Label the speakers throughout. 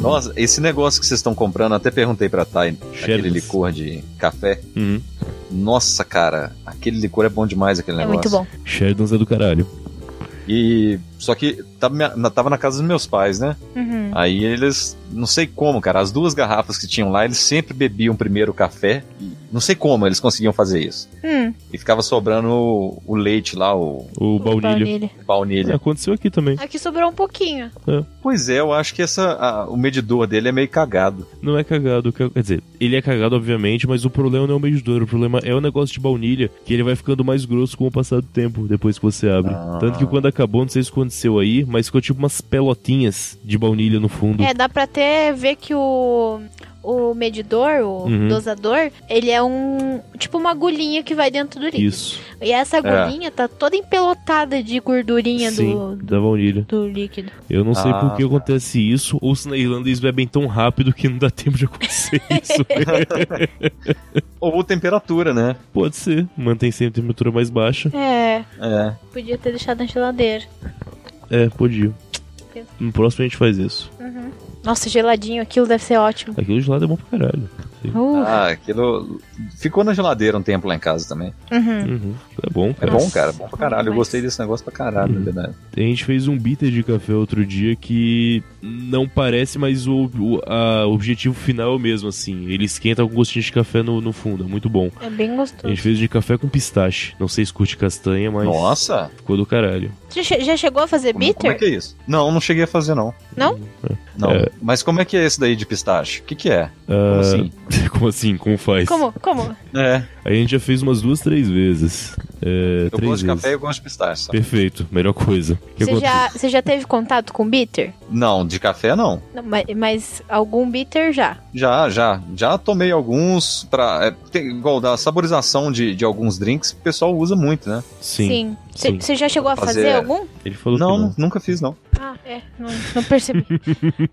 Speaker 1: Nossa, esse negócio que vocês estão comprando, até perguntei pra Thay, aquele
Speaker 2: Cheirless.
Speaker 1: licor de café.
Speaker 2: Uhum.
Speaker 1: Nossa, cara, aquele licor é bom demais, aquele
Speaker 3: É
Speaker 1: negócio.
Speaker 3: muito bom.
Speaker 2: Sheldon's é do caralho.
Speaker 1: E só que tava, minha- na- tava na casa dos meus pais, né?
Speaker 3: Uhum.
Speaker 1: Aí eles, não sei como, cara, as duas garrafas que tinham lá, eles sempre bebiam primeiro o café. E não sei como eles conseguiam fazer isso.
Speaker 3: Hum,
Speaker 1: E ficava sobrando o, o leite lá, o
Speaker 2: O baunilho.
Speaker 3: baunilha.
Speaker 1: baunilha.
Speaker 2: Aconteceu aqui também.
Speaker 3: Aqui sobrou um pouquinho.
Speaker 1: Pois é, eu acho que essa, a- o medidor dele é meio cagado.
Speaker 2: Não é cagado. ca- Quer dizer, ele é cagado, obviamente, mas o problema não é o medidor. O problema é o negócio de baunilha, que ele vai ficando mais grosso com o passar do tempo, depois que você abre.
Speaker 1: Ah.
Speaker 2: Tanto que quando acabou, não sei se aconteceu aí, mas ficou tipo umas pelotinhas de baunilha no fundo.
Speaker 3: É, dá pra até ver que o, o medidor, o
Speaker 2: Uhum.
Speaker 3: dosador, ele é um. Tipo uma agulhinha que vai dentro do líquido.
Speaker 2: Isso.
Speaker 3: E essa agulhinha tá toda empelotada de gordurinha
Speaker 2: Sim,
Speaker 3: do,
Speaker 2: da baunilha.
Speaker 3: do líquido.
Speaker 2: Eu não sei
Speaker 1: Ah,
Speaker 2: por que
Speaker 1: tá.
Speaker 2: acontece isso, ou se na Irlanda eles bebem tão rápido que não dá tempo de acontecer isso.
Speaker 1: Ou temperatura, né?
Speaker 2: Pode ser, mantém sempre a temperatura mais baixa.
Speaker 3: É,
Speaker 1: É.
Speaker 3: podia ter deixado na geladeira.
Speaker 2: É, podia. No próximo a gente faz isso.
Speaker 3: Nossa, geladinho, aquilo deve ser ótimo.
Speaker 2: Aquilo de lado é bom pra caralho.
Speaker 3: Uh,
Speaker 1: Ah, aquilo. Ficou na geladeira um tempo lá em casa também.
Speaker 3: uhum.
Speaker 2: Uhum. É bom,
Speaker 1: É
Speaker 2: cara.
Speaker 1: bom, cara. Bom pra caralho. Eu
Speaker 3: Mas-
Speaker 1: gostei desse negócio pra caralho,
Speaker 2: Hum.
Speaker 1: né? na verdade.
Speaker 2: A gente fez um bitter de café outro dia que não parece, mas o, o a- o objetivo final é o mesmo, assim. Ele esquenta com gostinho de café no, no fundo, é muito bom.
Speaker 3: É bem
Speaker 2: A
Speaker 3: gostoso.
Speaker 2: gente fez de café com pistache. Não sei se curte castanha, mas
Speaker 1: Nossa!
Speaker 2: ficou do caralho.
Speaker 3: Você che- já chegou a fazer
Speaker 1: Como, como
Speaker 3: É bitter?
Speaker 1: é que é isso? Não, não cheguei a fazer, não.
Speaker 3: Não?
Speaker 1: Não.
Speaker 2: É.
Speaker 1: Mas como é que é esse daí de pistache? O que, que é?
Speaker 2: Ah,
Speaker 1: Como assim?
Speaker 2: Como assim? Como faz?
Speaker 3: Como? Como?
Speaker 1: É,
Speaker 2: A gente já fez umas duas, três vezes. É,
Speaker 1: eu
Speaker 2: três
Speaker 1: gosto de
Speaker 2: vezes.
Speaker 1: café e eu gosto de pistache. sabe?
Speaker 2: Perfeito, melhor coisa. O que
Speaker 3: Você
Speaker 2: acontece?
Speaker 3: já, você já teve contato com bitter?
Speaker 1: Não, de café não.
Speaker 3: Não, mas, mas algum bitter já.
Speaker 1: Já, já. Já tomei alguns pra. é, tem- igual da saborização de, de alguns drinks, o pessoal usa muito, né?
Speaker 2: Sim.
Speaker 3: Você-
Speaker 2: sim.
Speaker 3: Você já chegou a fazer,
Speaker 1: Fazer-
Speaker 3: algum?
Speaker 2: Ele falou
Speaker 1: não,
Speaker 2: que não.
Speaker 1: nu- nunca fiz, não.
Speaker 3: Ah, é. Não, não percebi.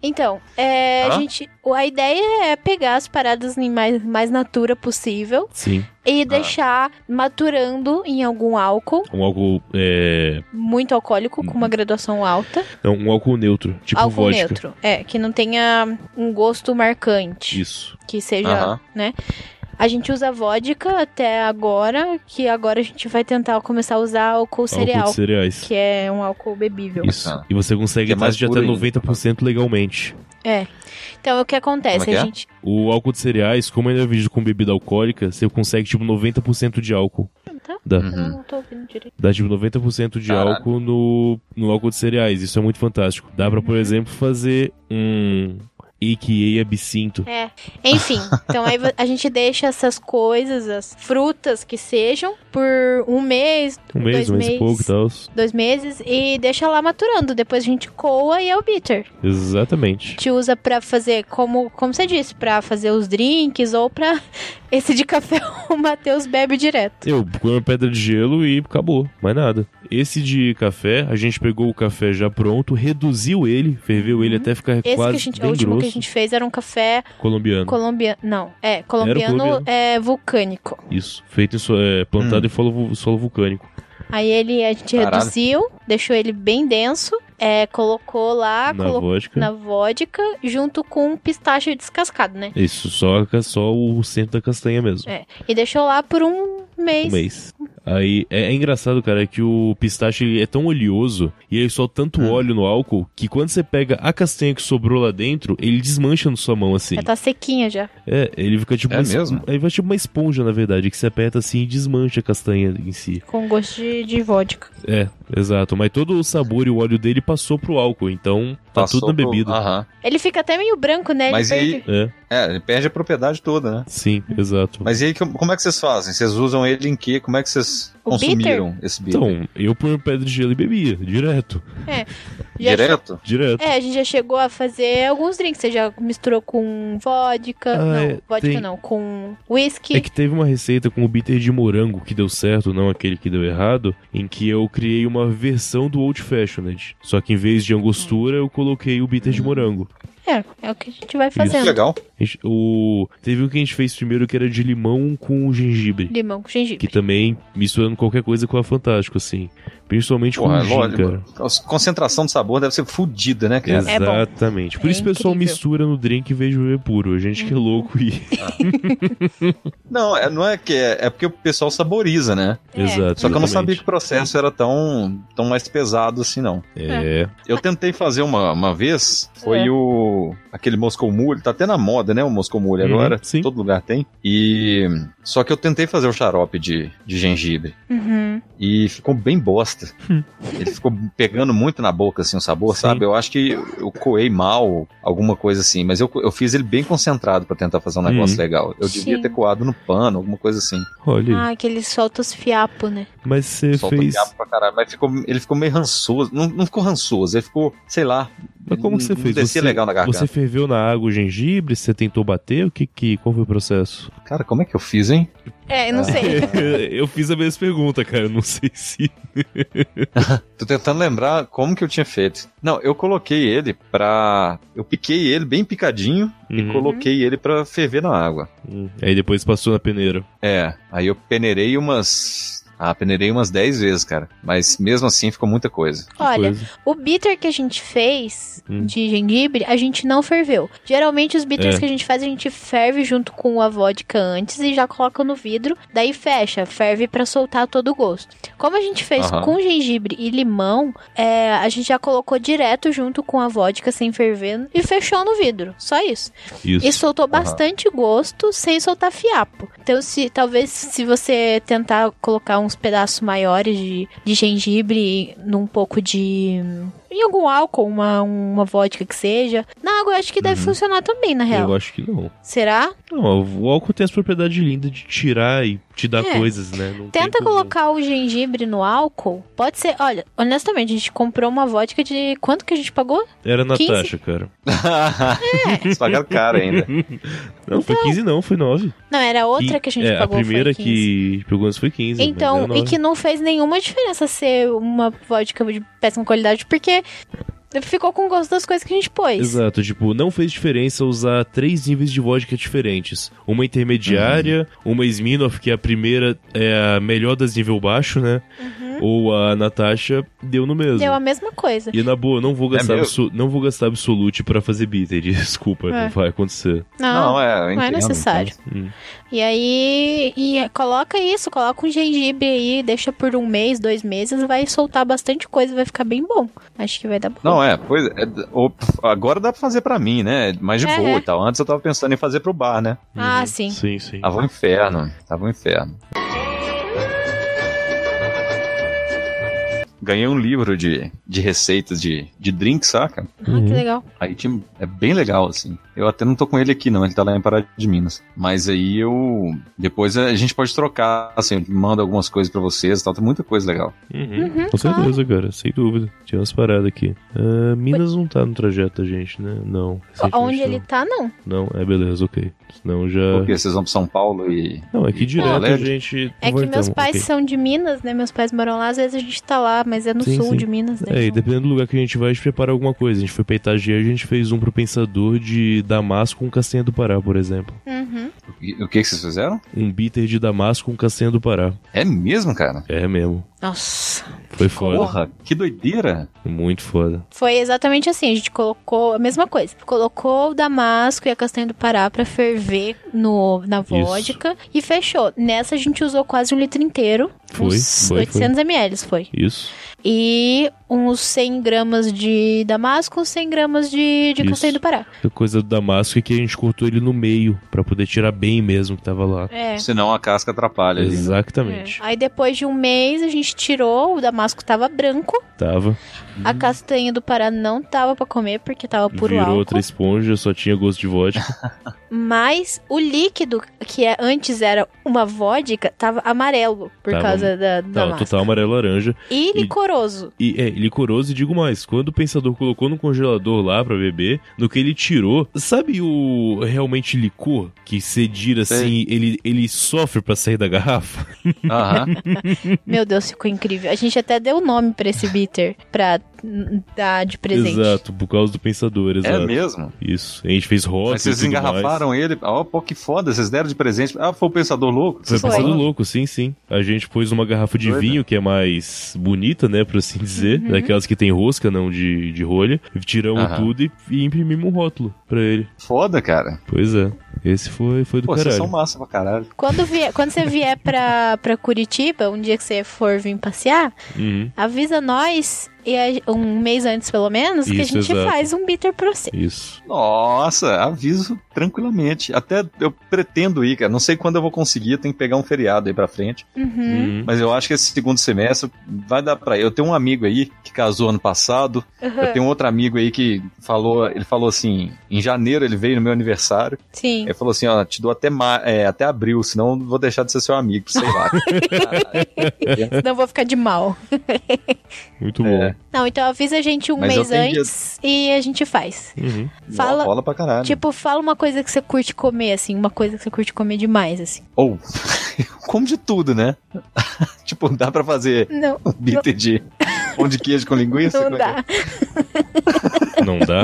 Speaker 3: então, é, a
Speaker 1: Hã?
Speaker 3: gente, a ideia é pegar as paradas em mais, mais natura possível
Speaker 2: Sim.
Speaker 3: e deixar maturando em algum álcool,
Speaker 2: Um álcool. É...
Speaker 3: muito alcoólico, com uma graduação alta.
Speaker 2: Não, um álcool neutro, tipo
Speaker 3: álcool
Speaker 2: vodka.
Speaker 3: neutro. É, que não tenha um gosto marcante.
Speaker 2: Isso.
Speaker 3: Que seja,
Speaker 1: Aham.
Speaker 3: né? A gente usa vodka até agora, que agora a gente vai tentar começar a usar álcool cereal,
Speaker 2: Álcool de cereais.
Speaker 3: que é um álcool bebível.
Speaker 2: Isso.
Speaker 1: Bacana.
Speaker 2: E você consegue
Speaker 1: Que é mais
Speaker 2: taxa de até
Speaker 1: puro ainda.
Speaker 2: 90% legalmente.
Speaker 3: É. Então, o que acontece?
Speaker 1: Como é que
Speaker 3: a
Speaker 1: é?
Speaker 3: gente
Speaker 2: O álcool de cereais, como ele é vídeo com bebida alcoólica, você consegue tipo 90% de álcool.
Speaker 3: Tá.
Speaker 2: Dá,
Speaker 3: Eu
Speaker 1: Uhum.
Speaker 3: não tô ouvindo direito.
Speaker 2: dá tipo 90% de
Speaker 1: Caralho.
Speaker 2: álcool no, no álcool de cereais. Isso é muito fantástico. Dá pra, por
Speaker 3: Uhum.
Speaker 2: exemplo, fazer um AKA absinto.
Speaker 3: É. Enfim, então aí vo- a gente deixa essas coisas, as frutas que sejam, por um mês,
Speaker 2: Um mês,
Speaker 3: dois
Speaker 2: um mês
Speaker 3: meses,
Speaker 2: e pouco e tal.
Speaker 3: dois meses, e deixa lá maturando. Depois a gente coa e é o bitter. A
Speaker 2: Exatamente.
Speaker 3: gente usa pra fazer, como, como você disse, pra fazer os drinks ou pra esse de café o Matheus bebe direto.
Speaker 2: Eu comi uma pedra de gelo e acabou, mais nada. Esse de café, a gente pegou o café já pronto, reduziu ele, ferveu ele até ficar
Speaker 3: Uhum. Esse
Speaker 2: quase
Speaker 3: que a gente, é o
Speaker 2: bem
Speaker 3: último
Speaker 2: grosso,
Speaker 3: que a gente fez era um café
Speaker 2: colombiano.
Speaker 3: colombiano. Não, é, colombiano,
Speaker 2: colombiano.
Speaker 3: é vulcânico.
Speaker 2: Isso, feito em so- é, plantado
Speaker 1: Hum.
Speaker 2: em solo, vu- solo vulcânico.
Speaker 3: Aí ele a gente
Speaker 1: Caralho.
Speaker 3: reduziu, deixou ele bem denso, é, colocou lá,
Speaker 2: na
Speaker 3: colocou
Speaker 2: vodka.
Speaker 3: Ah, na vodka, junto com um pistache descascado, né?
Speaker 2: Isso, só, só o centro da castanha mesmo.
Speaker 3: É, E deixou lá por um mês.
Speaker 2: Um mês. Aí é, é engraçado, cara, que o pistache ele é tão oleoso e ele solta tanto
Speaker 1: Hum.
Speaker 2: óleo no álcool que quando você pega a castanha que sobrou lá dentro, ele desmancha na sua mão assim.
Speaker 3: Já tá sequinha já.
Speaker 2: É, ele fica tipo
Speaker 1: É
Speaker 2: uma es-
Speaker 1: mesmo?
Speaker 2: Ele vai tipo uma esponja, na verdade, que você aperta assim e desmancha a castanha em si.
Speaker 3: Com gosto de, de vodka.
Speaker 2: É, exato. Mas todo o sabor e o óleo dele passou pro álcool, então tá
Speaker 1: Passou
Speaker 2: tudo na
Speaker 1: pro-
Speaker 2: bebida.
Speaker 1: Aham.
Speaker 3: Ele fica até meio branco, né? Ele
Speaker 1: Mas aí-
Speaker 3: perde-
Speaker 2: É,
Speaker 1: É, ele perde a propriedade toda, né?
Speaker 2: sim, exato.
Speaker 1: Mas e aí, como como é que vocês fazem? Vocês usam ele em quê? Como é que vocês
Speaker 3: O
Speaker 1: consumiram esse bitter?
Speaker 2: Então, eu ponho pedra de gelo e bebia, direto,
Speaker 3: já
Speaker 1: Direto?
Speaker 2: direto.
Speaker 3: É, a gente já chegou a fazer alguns drinks. Você já misturou com vodka.
Speaker 2: Ah,
Speaker 3: não,
Speaker 2: é,
Speaker 3: vodka
Speaker 2: tem-
Speaker 3: não, com whisky.
Speaker 2: É que teve uma receita com o bitter de morango que deu certo, não aquele que deu errado, em que eu criei uma versão do Old Fashioned. Só que em vez de angostura, eu coloquei o bitter de morango.
Speaker 3: É, é o que a gente vai
Speaker 1: Que
Speaker 3: fazendo.
Speaker 1: legal.
Speaker 2: A gente- o, teve um que a gente fez primeiro que era de limão com gengibre.
Speaker 3: Limão com gengibre.
Speaker 2: Que também misturando qualquer coisa com a Fantástico, assim. Principalmente
Speaker 1: Porra, é
Speaker 2: com gin,
Speaker 1: lógico.
Speaker 2: cara.
Speaker 1: A concentração de sabor deve ser fodida, né, cara?
Speaker 3: É bom.
Speaker 2: Exatamente. Por
Speaker 3: É
Speaker 2: isso o pessoal
Speaker 3: incrível.
Speaker 2: mistura no drink em vez de beber puro. A gente que
Speaker 1: Uhum.
Speaker 2: é louco e.
Speaker 1: Não, é, não é que é, é porque o pessoal saboriza, né?
Speaker 3: É.
Speaker 2: Exato.
Speaker 1: Só que eu não
Speaker 2: exatamente.
Speaker 1: sabia que o processo era tão, tão mais pesado assim, não.
Speaker 2: É.
Speaker 1: Eu tentei fazer uma, uma vez, foi
Speaker 3: É.
Speaker 1: o. aquele Moscou Mule, tá até na moda, né? O Moscou Mule
Speaker 2: Uhum,
Speaker 1: agora.
Speaker 2: sim.
Speaker 1: Todo lugar tem. E. Só que eu tentei fazer o xarope de, de gengibre.
Speaker 3: Uhum.
Speaker 1: E ficou bem bosta. Ele ficou pegando muito na boca, assim, o sabor,
Speaker 2: Hum. Sim.
Speaker 1: sabe? Eu acho que eu coei mal, alguma coisa assim. Mas eu, eu fiz ele bem concentrado pra tentar fazer um negócio
Speaker 2: Uhum.
Speaker 1: legal. Eu devia
Speaker 3: Sim.
Speaker 1: ter coado no pano, alguma coisa assim.
Speaker 2: Olha.
Speaker 3: Ah, que ele solta os fiapos, né?
Speaker 2: mas você
Speaker 1: Solta
Speaker 2: fez.
Speaker 1: diabo pra caralho. Mas ficou, ele ficou meio rançoso. Não, não ficou rançoso, ele ficou, sei lá.
Speaker 2: Mas como que você
Speaker 1: não
Speaker 2: fez?
Speaker 1: Descia
Speaker 2: Você-
Speaker 1: um legal na garganta.
Speaker 2: Você ferveu na água o gengibre? Você tentou bater? O que que. Qual foi o processo?
Speaker 1: Cara, como é que eu fiz, hein?
Speaker 3: É, eu
Speaker 1: Ah.
Speaker 3: não sei.
Speaker 2: eu fiz a mesma pergunta, cara. Não sei se.
Speaker 1: Tô tentando lembrar como que eu tinha feito. Não, eu coloquei ele pra. Eu piquei ele bem picadinho
Speaker 2: Uhum.
Speaker 1: e coloquei ele pra ferver na água.
Speaker 2: Hum. Aí depois passou na peneira.
Speaker 1: É, aí eu peneirei umas. Ah, peneirei umas 10 vezes, cara. Mas mesmo assim ficou muita coisa.
Speaker 3: Olha,
Speaker 2: Coisa.
Speaker 3: o bitter que a gente fez
Speaker 2: Hum.
Speaker 3: de gengibre, a gente não ferveu. Geralmente os bitters
Speaker 2: É.
Speaker 3: que a gente faz, a gente ferve junto com a vodka antes e já coloca no vidro, daí fecha, ferve pra soltar todo o gosto. Como a gente fez
Speaker 1: Aham.
Speaker 3: com gengibre e limão, é, a gente já colocou direto junto com a vodka sem ferver e fechou no vidro. Só isso.
Speaker 2: Isso.
Speaker 3: E soltou bastante gosto sem soltar fiapo. Então, se talvez se você tentar colocar uns pedaços maiores de, de gengibre num pouco de. em algum álcool, uma, uma vodka que seja. Na água eu acho que deve
Speaker 1: Uhum.
Speaker 3: funcionar também, na é real.
Speaker 2: Eu acho que não.
Speaker 3: Será?
Speaker 2: Não, o álcool tem as propriedades lindas de tirar e te dar
Speaker 3: É.
Speaker 2: coisas, né? Não tem
Speaker 3: Tenta
Speaker 2: como-
Speaker 3: colocar o gengibre no álcool. Pode ser. Olha, honestamente, a gente comprou uma vodka de. Quanto que a gente pagou?
Speaker 2: Era a
Speaker 3: 15.
Speaker 2: Natasha, cara.
Speaker 3: É.
Speaker 1: Eles pagaram caro ainda.
Speaker 2: Não, foi 15 não, foi 9.
Speaker 3: Não, era Então, outra que a gente
Speaker 2: é,
Speaker 3: pagou.
Speaker 2: A primeira
Speaker 3: foi 15.
Speaker 2: que pegou antes foi 15. mas era
Speaker 3: Então, e
Speaker 2: nove.
Speaker 3: que não fez nenhuma diferença ser uma vodka de péssima qualidade, porque ficou com gosto das coisas que a gente pôs.
Speaker 2: Exato, tipo, não fez diferença usar três níveis de vodka diferentes. Uma intermediária,
Speaker 3: Uhum.
Speaker 2: uma Smirnoff, que é a primeira, é a melhor das nível baixo, né? Ou a Natasha, deu no mesmo.
Speaker 3: Uhum. Deu a mesma coisa.
Speaker 2: E na boa, eu não vou gastar,
Speaker 1: meu?
Speaker 2: abso- não vou gastar absolute pra fazer bitter, desculpa,
Speaker 3: É.
Speaker 2: não vai acontecer.
Speaker 3: Não.
Speaker 1: Não, é, eu
Speaker 3: não é
Speaker 1: entendo,
Speaker 3: necessário.
Speaker 1: entendo.
Speaker 2: Hum.
Speaker 3: E aí, e coloca isso, coloca um gengibre aí, deixa por um mês, dois meses, vai soltar bastante coisa, vai ficar bem bom. Acho que vai dar bom.
Speaker 1: Não, é, pois é, o- agora dá pra fazer pra mim, né? Mais de
Speaker 3: É,
Speaker 1: boa
Speaker 3: é.
Speaker 1: e tal. Antes eu tava pensando em fazer pro bar, né?
Speaker 3: Ah,
Speaker 2: Uhum.
Speaker 3: sim.
Speaker 2: Sim, sim.
Speaker 1: Tava um inferno, tava um inferno. Ganhei um livro de, de receitas de, de drink, saca?
Speaker 3: Ah,
Speaker 2: Uhum.
Speaker 3: que legal.
Speaker 1: Aí tinha, é bem legal, assim. Eu até não tô com ele aqui, não, ele tá lá em Pará de Minas. Mas aí eu. Depois a gente pode trocar, assim, eu mando algumas coisas pra vocês e tal, tem muita coisa legal.
Speaker 2: Uhum.
Speaker 3: Uhum,
Speaker 2: Com certeza, cara, sem dúvida. Tinha umas paradas aqui. Ah, Minas não tá no trajeto da gente, né? Não.
Speaker 3: Onde
Speaker 2: recentemente
Speaker 3: ele tá, não.
Speaker 2: Não, é beleza, ok. Senão já.
Speaker 1: Porque vocês vão pra São Paulo e.
Speaker 2: Não, é que direto a
Speaker 1: Alegre?
Speaker 2: gente.
Speaker 3: É que
Speaker 2: vai,
Speaker 3: meus
Speaker 2: então,
Speaker 3: pais
Speaker 2: ok.
Speaker 3: são de Minas, né? Meus pais moram lá, às vezes a gente tá lá, mas é no
Speaker 2: Sim,
Speaker 3: sul
Speaker 2: sim.
Speaker 3: de Minas, né?
Speaker 2: É, e
Speaker 3: então-
Speaker 2: dependendo do lugar que a gente vai, a gente prepara alguma coisa. A gente foi pra Itagier, a gente fez um pro Pensador de Damasco com Castanha do Pará, por exemplo.
Speaker 3: Uhum.
Speaker 1: e- O que, que vocês fizeram?
Speaker 2: Um bitter de Damasco com Castanha do Pará.
Speaker 1: É mesmo, cara?
Speaker 2: É mesmo.
Speaker 3: Nossa.
Speaker 2: Foi foda.
Speaker 1: Porra, que doideira!
Speaker 2: Muito foda.
Speaker 3: Foi exatamente assim, a gente colocou a mesma coisa. Colocou o damasco e a castanha do Pará pra ferver no, na vodka e fechou. Nessa a gente usou quase um litro inteiro.
Speaker 2: Foi,
Speaker 3: uns
Speaker 2: foi,
Speaker 3: 800 ml foi.
Speaker 2: Isso.
Speaker 3: E uns 100 gramas de damasco, uns 100 gramas de, de
Speaker 2: Isso.
Speaker 3: castanha do Pará.
Speaker 2: A coisa do Damasco é que a gente cortou ele no meio pra poder tirar bem mesmo o que tava lá.
Speaker 3: É.
Speaker 1: Senão a casca atrapalha ali. né?
Speaker 2: Exatamente.
Speaker 3: É. Aí depois de um mês a gente tirou, o damasco tava branco,
Speaker 2: Tava.
Speaker 3: a castanha do Pará não tava pra comer porque tava puro
Speaker 2: Hum. virou
Speaker 3: álcool.
Speaker 2: outra esponja, só tinha gosto de vodka.
Speaker 3: Mas o líquido, que é, antes era uma vodka, tava amarelo por
Speaker 2: Tava-
Speaker 3: causa da, da
Speaker 2: Não,
Speaker 3: massa.
Speaker 2: total amarelo laranja.
Speaker 3: E licoroso.
Speaker 2: E é, licoroso, e digo mais, quando o pensador colocou no congelador lá pra beber, no que ele tirou, sabe o realmente licor que cedir assim, ele, ele sofre pra sair da garrafa?
Speaker 1: Aham.
Speaker 3: Meu Deus, ficou incrível. A gente até deu nome pra esse bitter, pra dá de presente.
Speaker 2: Exato, por causa do pensador, exato.
Speaker 1: É mesmo?
Speaker 2: Isso. A gente fez rótulos.
Speaker 1: Mas vocês
Speaker 2: e tudo
Speaker 1: engarrafaram ele. Ó, pô, que foda, vocês deram de presente. Ah, foi o pensador louco?
Speaker 2: Mais. Foi
Speaker 1: Vocês estão
Speaker 2: pensado
Speaker 1: falando?
Speaker 2: tá louco, sim, sim. A gente pôs uma garrafa de
Speaker 1: Doido.
Speaker 2: vinho, que é mais bonita, né, por assim dizer.
Speaker 3: Uhum.
Speaker 2: Daquelas que tem rosca, não de, de rolha. Tiramos
Speaker 1: Aham.
Speaker 2: tudo e, e imprimimos um rótulo pra ele.
Speaker 1: Foda, cara.
Speaker 2: Pois é. Esse foi, foi do
Speaker 1: Pô, vocês
Speaker 2: caralho.
Speaker 1: são massa pra caralho.
Speaker 3: Quando, vier, quando você vier pra, pra Curitiba, um dia que você for vir passear,
Speaker 2: Uhum.
Speaker 3: avisa nós, e a- um mês antes pelo menos, que a
Speaker 2: Isso,
Speaker 3: gente
Speaker 2: exato.
Speaker 3: faz um bitter pra você.
Speaker 2: Isso.
Speaker 1: Nossa, aviso tranquilamente. Até eu pretendo ir, cara. Não sei quando eu vou conseguir, tem que pegar um feriado aí pra frente.
Speaker 3: Uhum.
Speaker 2: Uhum.
Speaker 1: Mas eu acho que esse segundo semestre vai dar pra ir. Eu tenho um amigo aí que casou ano passado.
Speaker 3: É.
Speaker 1: Eu tenho outro amigo aí que falou, ele falou assim, em janeiro ele veio no meu aniversário.
Speaker 3: Sim.
Speaker 1: Ele falou assim, ó, te dou até, ma- é, até abril, senão eu vou deixar de ser seu amigo, sei lá.
Speaker 2: É.
Speaker 3: Não vou ficar de mal.
Speaker 2: Muito bom.
Speaker 1: É.
Speaker 3: Não, então avisa a gente um
Speaker 1: Mas eu
Speaker 3: mês
Speaker 1: tenho
Speaker 3: antes e a gente faz.
Speaker 2: Uhum.
Speaker 3: Fala-
Speaker 1: Bola pra caralho.
Speaker 3: Tipo, fala uma coisa que você curte comer, assim, uma coisa que você curte comer demais, assim.
Speaker 1: Ou, como de tudo, né? tipo, dá pra fazer
Speaker 3: Não,
Speaker 1: um bitter de pão de queijo com linguiça?
Speaker 3: não
Speaker 1: Como é que é?
Speaker 3: dá.
Speaker 2: Não dá?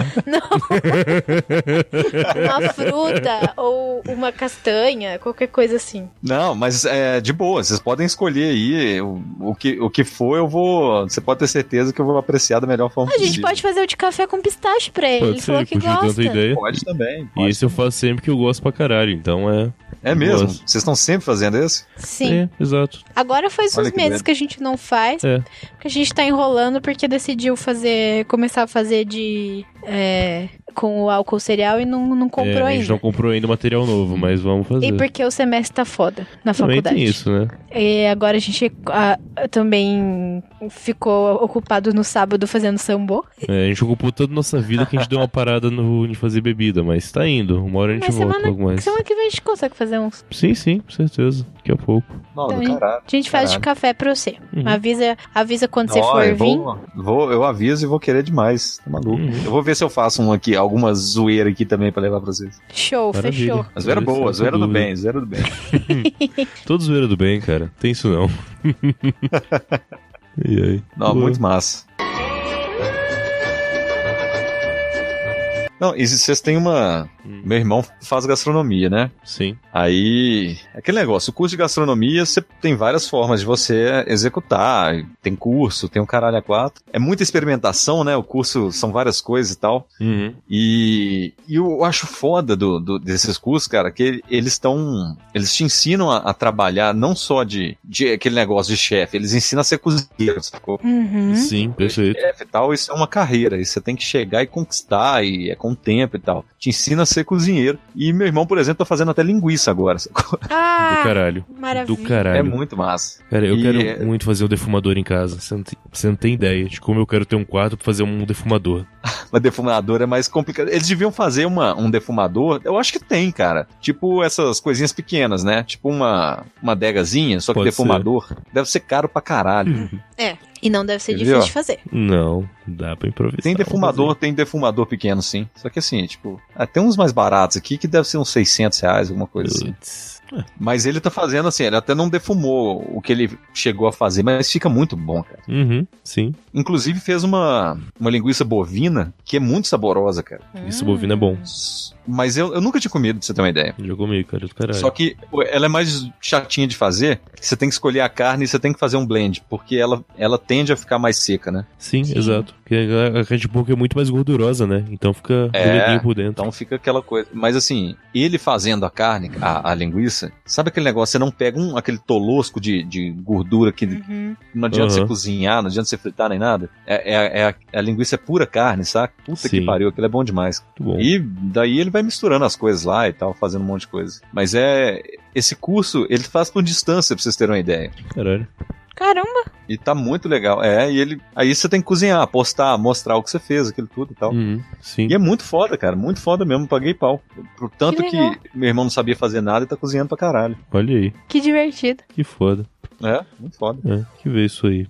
Speaker 3: Uma fruta ou uma castanha, qualquer coisa assim.
Speaker 1: Não, mas é de boa, vocês podem escolher aí o, o que, o que for, eu vou. Você pode ter certeza que eu vou apreciar da melhor forma
Speaker 3: A gente
Speaker 1: possível.
Speaker 3: pode fazer o de café com pistache pra ele. ele
Speaker 2: Pode
Speaker 3: falou
Speaker 2: ser,
Speaker 3: que
Speaker 2: curtiu tanto a
Speaker 3: gosta.
Speaker 2: ideia.
Speaker 1: Pode também.
Speaker 2: E
Speaker 1: pode.
Speaker 2: esse eu faço sempre que eu gosto pra caralho, então é.
Speaker 1: É mesmo?
Speaker 2: Nossa.
Speaker 1: Vocês estão sempre fazendo isso?
Speaker 3: Sim.
Speaker 2: É, exato.
Speaker 3: Agora faz
Speaker 1: Olha
Speaker 3: uns
Speaker 1: que
Speaker 3: meses
Speaker 1: doido.
Speaker 3: que a gente não faz,
Speaker 2: É.
Speaker 3: porque a gente tá enrolando porque decidiu fazer, começar a fazer de. é, com o álcool cereal e não, não
Speaker 2: É,
Speaker 3: comprou
Speaker 2: a gente
Speaker 3: ainda.
Speaker 2: não comprou ainda material novo, mas vamos fazer.
Speaker 3: E porque o semestre tá foda na
Speaker 2: Também
Speaker 3: faculdade.
Speaker 2: tem isso, né?
Speaker 3: E É, agora a gente ah, também ficou ocupado no sábado fazendo sambô.
Speaker 2: É, a gente ocupou toda a nossa vida que a gente deu uma parada no, em fazer bebida, mas tá indo. Uma hora a gente
Speaker 3: Mas
Speaker 2: volta
Speaker 3: semana-
Speaker 2: logo mais.
Speaker 3: Semana que vem a gente consegue fazer uns.
Speaker 2: Sim, sim, com certeza. Daqui a pouco.
Speaker 1: Não,
Speaker 3: Então,
Speaker 1: do caralho.
Speaker 3: A gente faz de café pra você.
Speaker 2: Uhum. é
Speaker 3: Avisa, avisa quando você
Speaker 1: Ó,
Speaker 3: for
Speaker 1: eu
Speaker 3: vir.
Speaker 1: vou, vou- eu aviso e vou querer demais. Tá maluco.
Speaker 2: Uhum.
Speaker 1: Eu vou ver se eu faço um aqui, alguma zoeira aqui também pra levar pra vocês.
Speaker 3: Show,
Speaker 2: Maravilha.
Speaker 3: fechou.
Speaker 1: A zoeira é
Speaker 2: Sem
Speaker 1: boa, zoeira do
Speaker 2: dúvida.
Speaker 1: bem, zoeira do bem.
Speaker 2: Todo zoeira do bem, cara. Tem isso não. e aí?
Speaker 1: Não,
Speaker 2: Boa.
Speaker 1: muito massa. Não, e vocês têm uma.
Speaker 2: Hum,
Speaker 1: Meu irmão faz gastronomia, né?
Speaker 2: Sim.
Speaker 1: Aí, é aquele negócio, o curso de gastronomia, você tem várias formas de você executar, tem curso, tem um caralho a quatro. É muita experimentação, né? O curso são várias coisas e tal.
Speaker 2: Uhum.
Speaker 1: E, e eu acho foda do, do- desses cursos, cara, que ele- eles estão. Eles te ensinam a, a trabalhar não só de, de aquele negócio de chefe, eles ensinam a ser cozinheiro, sacou?
Speaker 3: Uhum.
Speaker 2: Sim, perfeito.
Speaker 1: chefe e tal, isso é uma carreira, e você tem que chegar e conquistar, e é com o tempo e tal. Te ensina a ser cozinheiro. E meu irmão, por exemplo, tá fazendo até linguiça agora. sacou?
Speaker 2: Do
Speaker 3: Ah,
Speaker 2: caralho.
Speaker 3: maravilha.
Speaker 2: Do caralho.
Speaker 1: É muito massa.
Speaker 2: Cara, eu
Speaker 1: E
Speaker 2: quero
Speaker 1: é-
Speaker 2: muito fazer um defumador em casa. Você não, tem, você não tem ideia de como eu quero ter um quarto pra fazer um defumador.
Speaker 1: Mas defumador é mais complicado. Eles deviam fazer uma, um defumador, eu acho que tem, cara. Tipo essas coisinhas pequenas, né? Tipo uma, uma degazinha, só que
Speaker 2: Pode
Speaker 1: defumador. Deve ser caro pra caralho.
Speaker 3: E não deve ser
Speaker 1: Quer ver,
Speaker 3: difícil
Speaker 1: ó?
Speaker 3: de fazer.
Speaker 2: Não, dá pra improvisar.
Speaker 1: Tem defumador, tem defumador pequeno, sim. Só que assim, tipo, ah, tem uns mais baratos aqui que deve ser uns 600 reais, alguma coisa assim.
Speaker 2: Putz. Ah,
Speaker 1: Mas ele tá fazendo assim, ele até não defumou o que ele chegou a fazer, mas fica muito bom, cara.
Speaker 2: Uhum, sim.
Speaker 1: Inclusive fez uma, uma linguiça bovina que é muito saborosa, cara.
Speaker 2: Isso, bovino é bom.
Speaker 1: Mas eu, eu nunca tinha comido, pra você ter uma ideia.
Speaker 2: Jogou meio, cara, do caralho.
Speaker 1: Só que pô, ela é mais chatinha de fazer. Você tem que escolher a carne e você tem que fazer um blend, porque ela, ela tende a ficar mais seca, né?
Speaker 2: Sim,
Speaker 3: Sim.
Speaker 2: exato. Porque a a Red Bull é muito mais gordurosa, né? Então fica
Speaker 1: É.
Speaker 2: durinho por dentro.
Speaker 1: Então fica aquela coisa. Mas assim, ele fazendo a carne, a, a linguiça, sabe aquele negócio? Você não pega um, aquele tolosco de, de gordura que
Speaker 3: Uhum.
Speaker 1: não adianta
Speaker 2: Aham.
Speaker 1: você cozinhar, não adianta você fritar nem nada. É, é- é a, a linguiça é pura carne, saca? Puta que
Speaker 2: Sim.
Speaker 1: pariu, aquilo é bom demais.
Speaker 2: Muito bom.
Speaker 1: E daí ele vai misturando as coisas lá e tal, fazendo um monte de coisa. Mas é. Esse curso, ele faz por distância, pra vocês terem uma ideia.
Speaker 2: Caralho.
Speaker 3: Caramba,
Speaker 1: E tá muito legal. É, e ele. Aí você tem que cozinhar, postar, mostrar o que você fez, aquilo tudo e tal.
Speaker 2: Uhum, sim.
Speaker 1: E é muito foda, cara. Muito foda mesmo. Paguei pau. Por tanto
Speaker 3: Que
Speaker 1: que,
Speaker 3: legal.
Speaker 1: meu irmão não sabia fazer nada e tá cozinhando pra caralho.
Speaker 2: Olha aí.
Speaker 3: que divertido.
Speaker 2: Que foda.
Speaker 1: É, muito foda.
Speaker 2: É, que ver isso aí.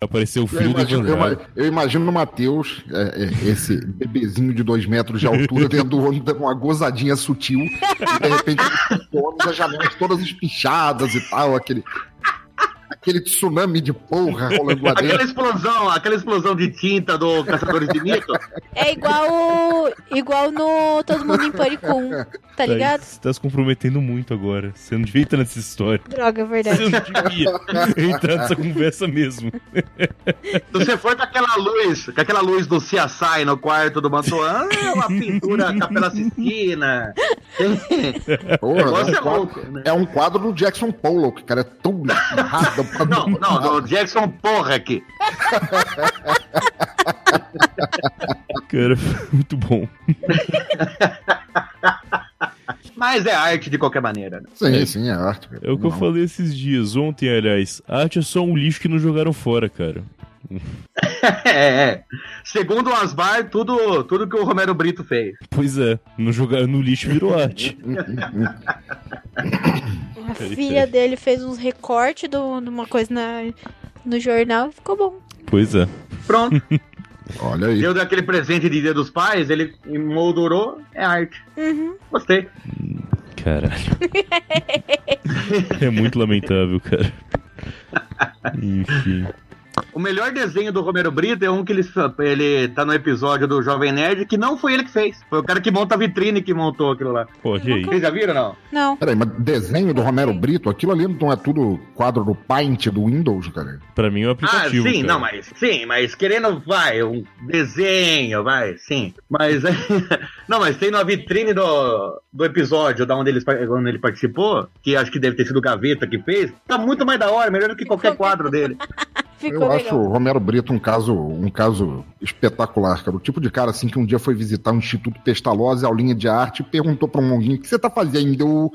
Speaker 2: Apareceu o
Speaker 4: Eu
Speaker 2: filho do
Speaker 4: imagino,
Speaker 1: é?
Speaker 4: eu,
Speaker 2: Evandro.
Speaker 4: ima- eu imagino o Matheus, é, é, esse bebezinho de dois metros de altura, dentro do ônibus, dando uma gozadinha sutil, e de repente o ônibus, as janelas todas espichadas e tal, aquele, aquele tsunami de porra rolando lá
Speaker 5: Aquela
Speaker 4: dentro.
Speaker 5: explosão, aquela explosão de tinta do Caçadores de Mito.
Speaker 3: É igual o- igual no Todo Mundo em Pânico 1, tá ligado?
Speaker 2: Você tá se comprometendo muito agora. Você não devia entrar nessa história.
Speaker 3: Droga, é verdade.
Speaker 2: Você não devia entrar nessa conversa mesmo.
Speaker 5: Se você for com aquela luz, com aquela luz do CSI no quarto do Mantuan, é uma pintura Capela Sistina.
Speaker 4: Porra,
Speaker 5: Agora
Speaker 4: é,
Speaker 5: você
Speaker 4: um quadro,
Speaker 5: volta, né?
Speaker 4: é um quadro do Jackson Pollock, cara. É tão errado. pra-
Speaker 5: Não, não, do Jackson porra aqui.
Speaker 2: Cara, muito bom.
Speaker 5: Mas é arte de qualquer maneira. né?
Speaker 4: Sim, sim, é arte.
Speaker 2: É o que eu
Speaker 4: Não.
Speaker 2: falei esses dias, ontem, aliás. A arte é só um lixo que não jogaram fora, cara.
Speaker 5: É, é. Segundo o Asbar, tudo, tudo que o Romero Brito fez.
Speaker 2: Pois é, não jogaram no lixo virou arte.
Speaker 3: A filha dele fez uns recortes do- de uma coisa na, no jornal e ficou bom.
Speaker 2: Pois é.
Speaker 5: Pronto.
Speaker 4: Olha aí.
Speaker 5: Deu daquele presente de Dia dos Pais, ele moldurou, é arte.
Speaker 3: Uhum.
Speaker 5: Gostei.
Speaker 2: Caralho. é muito lamentável, cara. Enfim.
Speaker 5: O melhor desenho do Romero Brito é um que ele, ele tá no episódio do Jovem Nerd, que não foi ele que fez. Foi o cara que monta a vitrine que montou aquilo lá.
Speaker 2: Olha aí.
Speaker 5: Vocês já viram, não?
Speaker 3: Não.
Speaker 4: Peraí, mas desenho do Romero Brito, aquilo ali não é tudo quadro do Paint do Windows, cara?
Speaker 2: Pra mim é um
Speaker 5: Ah,
Speaker 2: aplicativo.
Speaker 5: sim,
Speaker 2: cara.
Speaker 5: não, mas sim, mas querendo, vai, um desenho, vai, sim. Mas não, mas tem na vitrine do, do episódio da onde ele, onde ele participou, que acho que deve ter sido o Gaveta que fez, tá muito mais da hora, melhor do que qualquer quadro dele.
Speaker 3: Ficou
Speaker 4: Eu acho
Speaker 3: legal.
Speaker 4: o Romero Brito um caso, um caso espetacular, cara. O tipo de cara assim que um dia foi visitar o Instituto Pestalozzi, aulinha de arte, e perguntou pra um monguinho: o que você tá fazendo? Eu,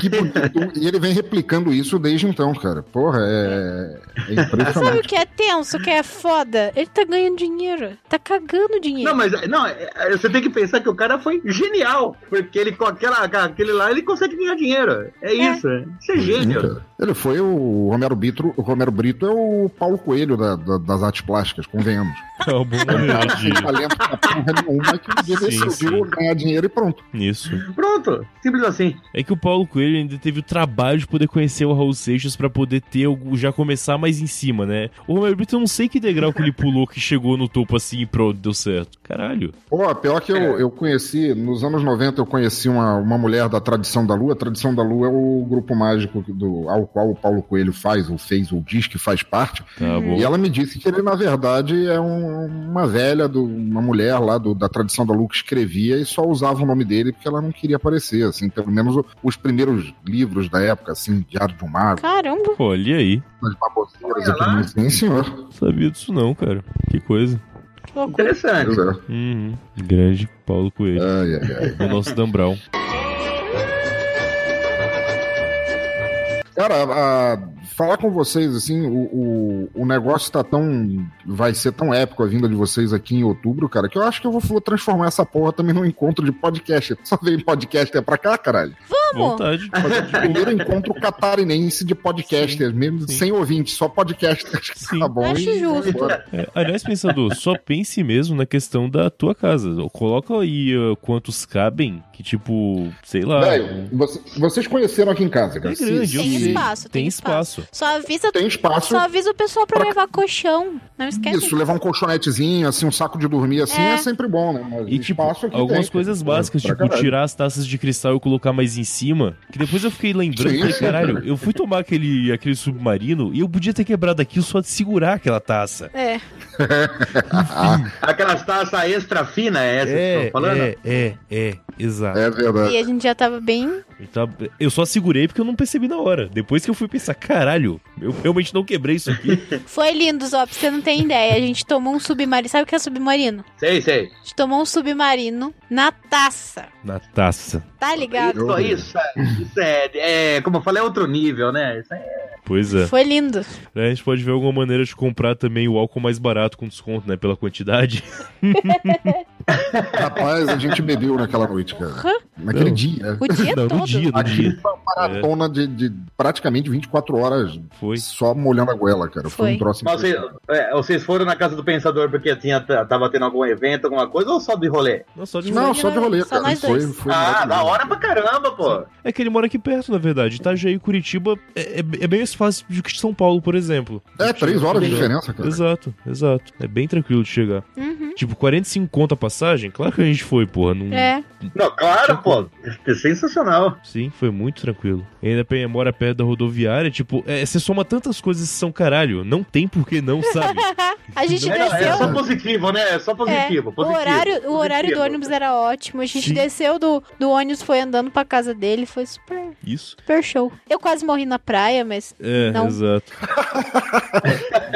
Speaker 4: que bonito. e ele vem replicando isso desde então, cara. Porra, é, é
Speaker 3: Sabe o
Speaker 4: impressionante.
Speaker 3: que é tenso, o que é foda? Ele tá ganhando dinheiro. Tá cagando dinheiro.
Speaker 5: Não, mas não, é- é- você tem que pensar que o cara foi genial, porque ele com aquela, com aquele lá ele consegue ganhar dinheiro. É isso, isso é gênio.
Speaker 4: Cara, Ele foi o Romero Brito. O Romero Brito é o Paulo Coelho da- da- das artes plásticas, convenhamos.
Speaker 2: É uma boa maneira
Speaker 4: Sem
Speaker 2: de...
Speaker 4: talento pra porra nenhuma que um dia
Speaker 2: Sim,
Speaker 4: decidiu
Speaker 2: sim.
Speaker 4: ganhar dinheiro e pronto.
Speaker 2: Isso.
Speaker 5: Pronto, simples assim.
Speaker 2: É que o Paulo Coelho ainda teve o trabalho de poder conhecer o Raul Seixas pra poder ter algo- já começar mais em cima, né? O Romero Brito, eu não sei que degrau que ele pulou que chegou no topo assim e pronto, deu certo. Caralho.
Speaker 4: Pô, pior que
Speaker 5: É.
Speaker 4: eu, eu conheci, nos anos 90 eu conheci uma, uma mulher da Tradição da Lua. A Tradição da Lua é o grupo mágico do, ao qual o Paulo Coelho faz, ou fez, ou diz que faz parte.
Speaker 2: Tá
Speaker 5: Uhum.
Speaker 2: bom.
Speaker 4: E ela me disse que ele, na verdade, é um- uma velha, do, uma mulher lá do- da Tradição da Lua que escrevia e só usava o nome dele porque ela não queria aparecer, assim, pelo menos o- os primeiros livros da época, assim, Diário de um Mago,
Speaker 3: Caramba.
Speaker 2: Olha aí.
Speaker 4: das baboseiras
Speaker 5: Olha
Speaker 4: e tudo
Speaker 5: lá.
Speaker 4: mais. Sim, senhor.
Speaker 2: Não sabia disso não, cara. Que coisa.
Speaker 3: Que loucura.
Speaker 5: Interessante.
Speaker 4: Pois é.
Speaker 2: Uhum. Grande Paulo Coelho.
Speaker 4: Ai, ai, ai.
Speaker 2: O nosso Dan Brown.
Speaker 4: Cara, a- falar com vocês, assim, o, o, o negócio tá tão. Vai ser tão épico a vinda de vocês aqui em outubro, cara, que eu acho que eu vou, vou transformar essa porra também num encontro de podcast. Só vem podcaster pra cá, caralho.
Speaker 3: Vamos.
Speaker 2: Vontade.
Speaker 4: Fazer o primeiro encontro catarinense de podcasters, mesmo
Speaker 2: sim.
Speaker 4: sem ouvintes, só podcasters.
Speaker 2: Sim.
Speaker 4: Tá bom.
Speaker 3: Acho
Speaker 4: e-
Speaker 3: justo.
Speaker 4: bora.
Speaker 2: É, aliás, pensador, só pense mesmo na questão da tua casa. Coloca aí uh, quantos cabem, que tipo, sei lá.
Speaker 4: Velho, você- vocês conheceram aqui em casa, cara.
Speaker 2: É grande, eu
Speaker 3: Tem
Speaker 2: sei.
Speaker 3: espaço, tem
Speaker 2: tem espaço.
Speaker 3: Só avisa,
Speaker 4: Tem espaço.
Speaker 3: só avisa o pessoal pra levar colchão. Não esquece.
Speaker 4: Isso, levar um colchonetezinho, assim, um saco de dormir, assim,
Speaker 3: É.
Speaker 4: é, sempre bom, né? Mas
Speaker 2: E, tipo,
Speaker 4: espaço aqui
Speaker 2: algumas
Speaker 4: tem,
Speaker 2: coisas
Speaker 4: cara.
Speaker 2: básicas,
Speaker 4: Pra
Speaker 2: tipo,
Speaker 4: caralho.
Speaker 2: tirar as taças de cristal e colocar mais em cima. Que depois eu fiquei lembrando,
Speaker 4: Sim,
Speaker 2: falei,
Speaker 4: sim.
Speaker 2: caralho, eu fui tomar aquele, aquele submarino e eu podia ter quebrado aquilo só de segurar aquela taça.
Speaker 3: É.
Speaker 4: Ah,
Speaker 5: Aquelas taças extra fina, é essa que eu
Speaker 2: É,
Speaker 5: tô falando?
Speaker 2: é, é, é, exato.
Speaker 4: É verdade.
Speaker 3: E a gente já tava bem.
Speaker 2: Então, eu só segurei porque eu não percebi na hora. Depois que eu fui pensar, caralho, eu realmente não quebrei isso aqui.
Speaker 3: Foi lindo, Zop, você não tem ideia. A gente tomou um submarino. Sabe o que é submarino?
Speaker 5: Sei, sei.
Speaker 3: A gente tomou um submarino na taça.
Speaker 2: na taça.
Speaker 3: Tá ligado?
Speaker 5: Isso, isso, é- isso é, é, como eu falei, é outro nível, né? Isso é-
Speaker 2: Pois é.
Speaker 3: Foi lindo.
Speaker 2: Né, A gente pode ver alguma maneira de comprar também o álcool mais barato com desconto, né? Pela quantidade.
Speaker 4: Rapaz, a gente bebeu naquela noite, cara. Naquele
Speaker 2: Não. É.
Speaker 4: dia.
Speaker 3: O dia
Speaker 2: não,
Speaker 3: todo.
Speaker 2: no dia, no
Speaker 4: Aqui
Speaker 2: dia.
Speaker 4: foi uma maratona de, de praticamente 24 horas
Speaker 2: Foi.
Speaker 4: só molhando a goela, cara. Foi,
Speaker 3: Foi.
Speaker 4: um troço
Speaker 5: Mas vocês,
Speaker 4: incrível.
Speaker 5: é, vocês foram na casa do pensador porque tinha, tava tendo algum evento, alguma coisa, ou só de rolê?
Speaker 2: Não, só de
Speaker 4: Não, só de rolê,
Speaker 3: Só
Speaker 4: cara.
Speaker 3: nós
Speaker 4: Foi,
Speaker 3: dois.
Speaker 4: foi
Speaker 5: ah,
Speaker 4: maravilhoso.
Speaker 5: da hora pra caramba, pô.
Speaker 2: É que ele mora aqui perto, na verdade. Itajaí, Curitiba, é, é- é bem mais fácil do que de São Paulo, por exemplo.
Speaker 4: É, três horas de
Speaker 2: Exato.
Speaker 4: diferença, cara.
Speaker 2: Exato, exato. É bem tranquilo de chegar.
Speaker 3: Uhum.
Speaker 2: Tipo, 45 conto a passagem? Claro que a gente foi, porra. Não...
Speaker 3: É.
Speaker 5: Não,
Speaker 2: Tipo,
Speaker 5: claro, pô. É sensacional.
Speaker 2: Sim, foi muito tranquilo. E ainda pe- mora perto da rodoviária, tipo, é, você soma tantas coisas que são caralho. Não tem por que não, sabe?
Speaker 3: A gente
Speaker 5: É, é
Speaker 3: desceu.
Speaker 5: só positivo, né? É só positivo.
Speaker 3: É,
Speaker 5: positivo,
Speaker 3: o horário,
Speaker 5: positivo.
Speaker 3: o horário do ônibus era ótimo. A gente
Speaker 2: Sim.
Speaker 3: desceu do, do ônibus, foi andando pra casa dele, foi super,
Speaker 2: Isso.
Speaker 3: super show. Eu quase morri na praia, mas
Speaker 2: É,
Speaker 3: Não.
Speaker 2: exato.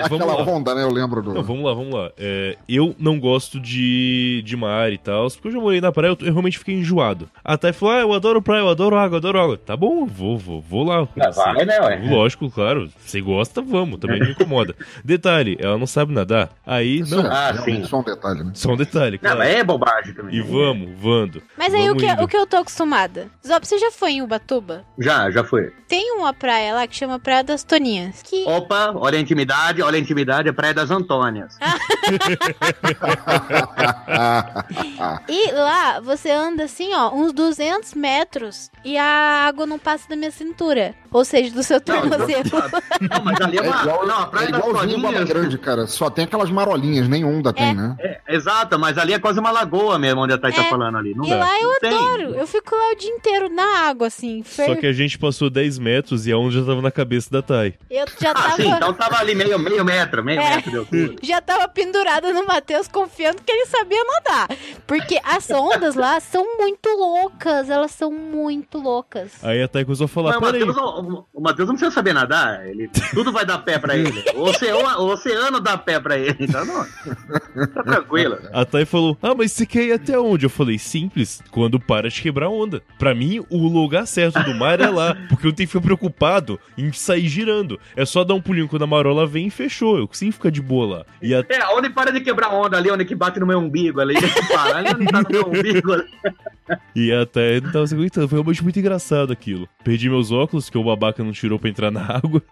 Speaker 2: vamos
Speaker 4: Aquela
Speaker 2: lá.
Speaker 4: Honda, né? Eu lembro do.
Speaker 2: Não, vamos lá, vamos lá. É, eu não gosto de, de mar e tal, porque eu já morei na praia, eu, eu realmente fiquei enjoado. A Thay falou, ah, eu adoro praia, eu adoro água, eu adoro água. Tá bom, eu vou, vou, vou lá. com
Speaker 5: Ah,
Speaker 2: você.
Speaker 5: vai, né, ué?
Speaker 2: Lógico, claro. Você gosta, vamos. Também não me incomoda. Detalhe, ela não sabe nadar. Aí,
Speaker 4: Isso
Speaker 2: não.
Speaker 4: é
Speaker 5: Ah,
Speaker 4: realmente
Speaker 5: sim.
Speaker 4: Só um detalhe, né?
Speaker 2: Só um detalhe,
Speaker 5: Não,
Speaker 2: claro.
Speaker 5: mas é bobagem também.
Speaker 2: E vamos, vando.
Speaker 3: Mas aí o
Speaker 2: Vamos
Speaker 3: que, é-
Speaker 2: indo.
Speaker 3: o que eu tô acostumada? Zob, você já foi em Ubatuba?
Speaker 5: Já, já foi.
Speaker 3: Tem uma praia lá que chama Praia das Toninhas. Que
Speaker 5: Opa, olha a intimidade, olha a intimidade, é Praia das Antônias.
Speaker 4: Ah,
Speaker 3: E lá você anda assim, ó, uns 200 metros e a água não passa da minha cintura. Ou seja, do seu
Speaker 5: Não,
Speaker 3: tornozelo.
Speaker 5: Não, mas ali é
Speaker 4: É
Speaker 5: uma.
Speaker 4: igual,
Speaker 5: não, a Praia
Speaker 4: é
Speaker 5: das
Speaker 4: igualzinho o Baba
Speaker 5: Antônias.
Speaker 4: Grande, cara. Só tem aquelas marolinhas, nem onda tem, né?
Speaker 5: Exato, mas ali é quase uma lagoa mesmo, onde a Thay
Speaker 3: É.
Speaker 5: tá falando ali. Não
Speaker 3: E
Speaker 5: dá.
Speaker 3: lá eu
Speaker 5: Não tem.
Speaker 3: adoro. Eu fico lá o dia inteiro na água, assim. fer-
Speaker 2: Só que a gente passou 10 metros e a onda já tava na cabeça da Thay.
Speaker 3: Eu já
Speaker 5: Ah,
Speaker 3: tava,
Speaker 5: sim, então tava ali meio, meio metro, meio
Speaker 3: É.
Speaker 5: metro deu tudo.
Speaker 3: já tava pendurada no Matheus, confiando que ele sabia nadar. Porque as ondas lá são muito loucas. Elas são muito loucas.
Speaker 2: Aí a Thay começou a
Speaker 5: Mas
Speaker 2: falar,
Speaker 5: o
Speaker 2: peraí.
Speaker 5: Matheus, não- o Matheus não precisa saber nadar, ele, tudo vai dar pé pra ele. O oceano, o oceano dá pé pra ele, então não. Tá tranquilo.
Speaker 2: A Thay falou, ah, mas você quer ir até onde? Eu falei, simples, quando para de quebrar a onda. Pra mim, o lugar certo do mar é lá, porque eu não tenho que ficar preocupado em sair girando. É só dar um pulinho quando a marola vem e fechou, eu consigo ficar de boa lá. E a
Speaker 5: É, onde para de quebrar onda ali, onde que bate no meu umbigo ali, para, ali onde tá no meu umbigo ali.
Speaker 2: E até não tava se aguentando. Foi realmente muito engraçado aquilo. Perdi meus óculos, que o babaca não tirou pra entrar na água.